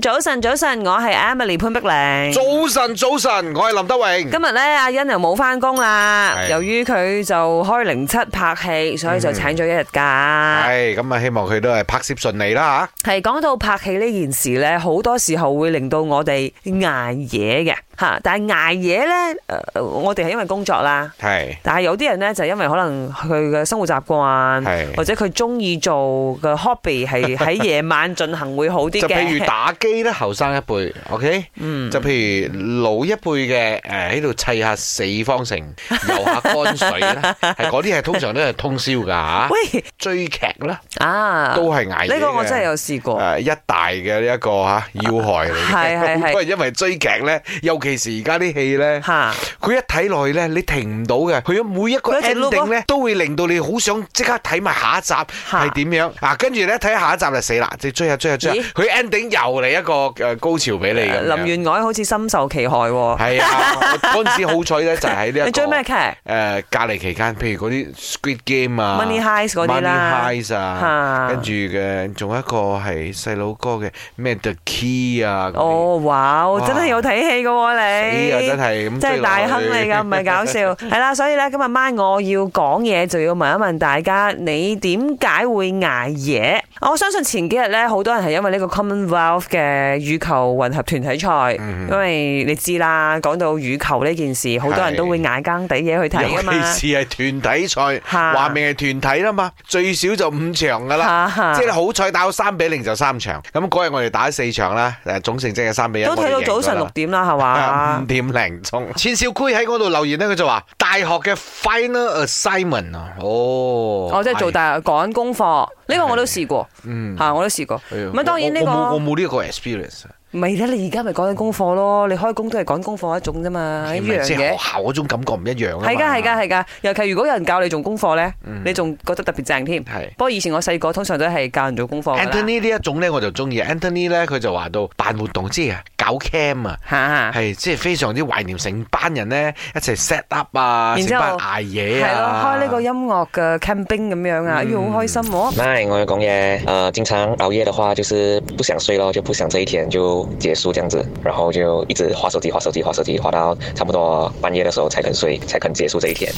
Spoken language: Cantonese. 早晨，早晨，我係 Emily 潘碧玲。早晨，早晨，我係林德榮。今日咧，阿欣又冇翻工啦，係嗯由於佢就開零七拍戲，所以就請咗一日假。係咁啊，希望佢都係拍攝順利啦係講到拍戲呢件事咧，好多時候會令到我哋捱夜嘅吓，但係捱夜咧，呃我哋係因為工作啦。吓。係但係有啲人咧就因為可能佢嘅生活習慣，或係，者佢中意做嘅 hobby 係喺夜晚進行會好啲就譬嘅如。打機啦，後生一輩，OK，嗯，就譬如老一輩嘅誒喺度砌下四 方城、游下乾水啦，係嗰啲係通常都係通宵㗎嚇。喂追劇啦，啊，都係捱夜嘅。啊呢個我真係有試過。誒一大嘅呢一個嚇要害嚟嘅。係係 係不過因為追劇咧，尤其是而家啲戲咧。吓，佢一睇落去咧，你停唔到嘅。佢每一個佢一直碌咯 ending 咧，都會令到你好想即刻睇埋下一集係點樣啊！跟住咧睇下一集就死啦，即係追下追下追下咦，佢 ending 又嚟一個誒高潮俾你咁樣。林願愛好似深受其害喎。係啊，我嗰陣時好彩咧，就係喺呢一 個啊你追咩劇誒隔離期間，譬如嗰啲 Squid Game 啊、 ？Money Heist 嗰啲啦， Money Heist 啊，吓跟住嘅仲有一個係細佬哥嘅咩 The Key 啊嗰啲。哦，哇，真係有睇戲嘅喎你，死啊！真係咁，真係大亨嚟㗎，唔 係搞笑。係啦，所以咧今日晚我要講嘢，就要問一問大家，你點解會捱夜？哦我相信前幾日咧，好多人係因為呢個 Commonwealth 嘅羽球混合團體賽，嗯因為你知啦，講到羽球呢件事，好多人都會捱更抵夜去睇尤㗎嘛。其是係團體賽，嚇話明係團體啦嘛，最少就五場噶啦。哈 哈即係好彩打到三比零就三場，咁嗰日我哋打咗四場啦，誒總成績係三比一，都睇到早晨六點啦，係啊五 嘛？點零鐘。錢少奎喺嗰度留言咧，佢就話大學嘅 final assignment 啊，哦，我即係做大趕功課，呢個我都試過嗯，嚇，我都試過。哎呀咁當然呢個我我冇我冇呢個 experience，啊咪啦，你而家咪講緊功課咯，你開工都係講功課一種啫嘛，啊一樣即係學嘅。校嗰種感覺唔一樣啊嘛嗯係噶係噶係噶，尤其如果有人教你做功課咧，你仲覺得特別正添。係不過以前我細個通常都係教人做功課㗎啦 Anthony 呢一種咧，我就中意。Anthony 咧，佢就話到辦活動，即係搞 cam 啊。嚇嚇係即係非常之懷念成班人咧一齊 set up 啊，然成之後班捱夜係咯，啊，開呢個音樂嘅 camping 咁樣嗯啊，哎呦好開心喎！那我要讲耶，呃，经常熬夜的话，就是不想睡咯，就不想这一天就结束这样子，然后就一直划手机、划手机、划手机，划到差不多半夜的时候才肯睡，才肯结束这一天。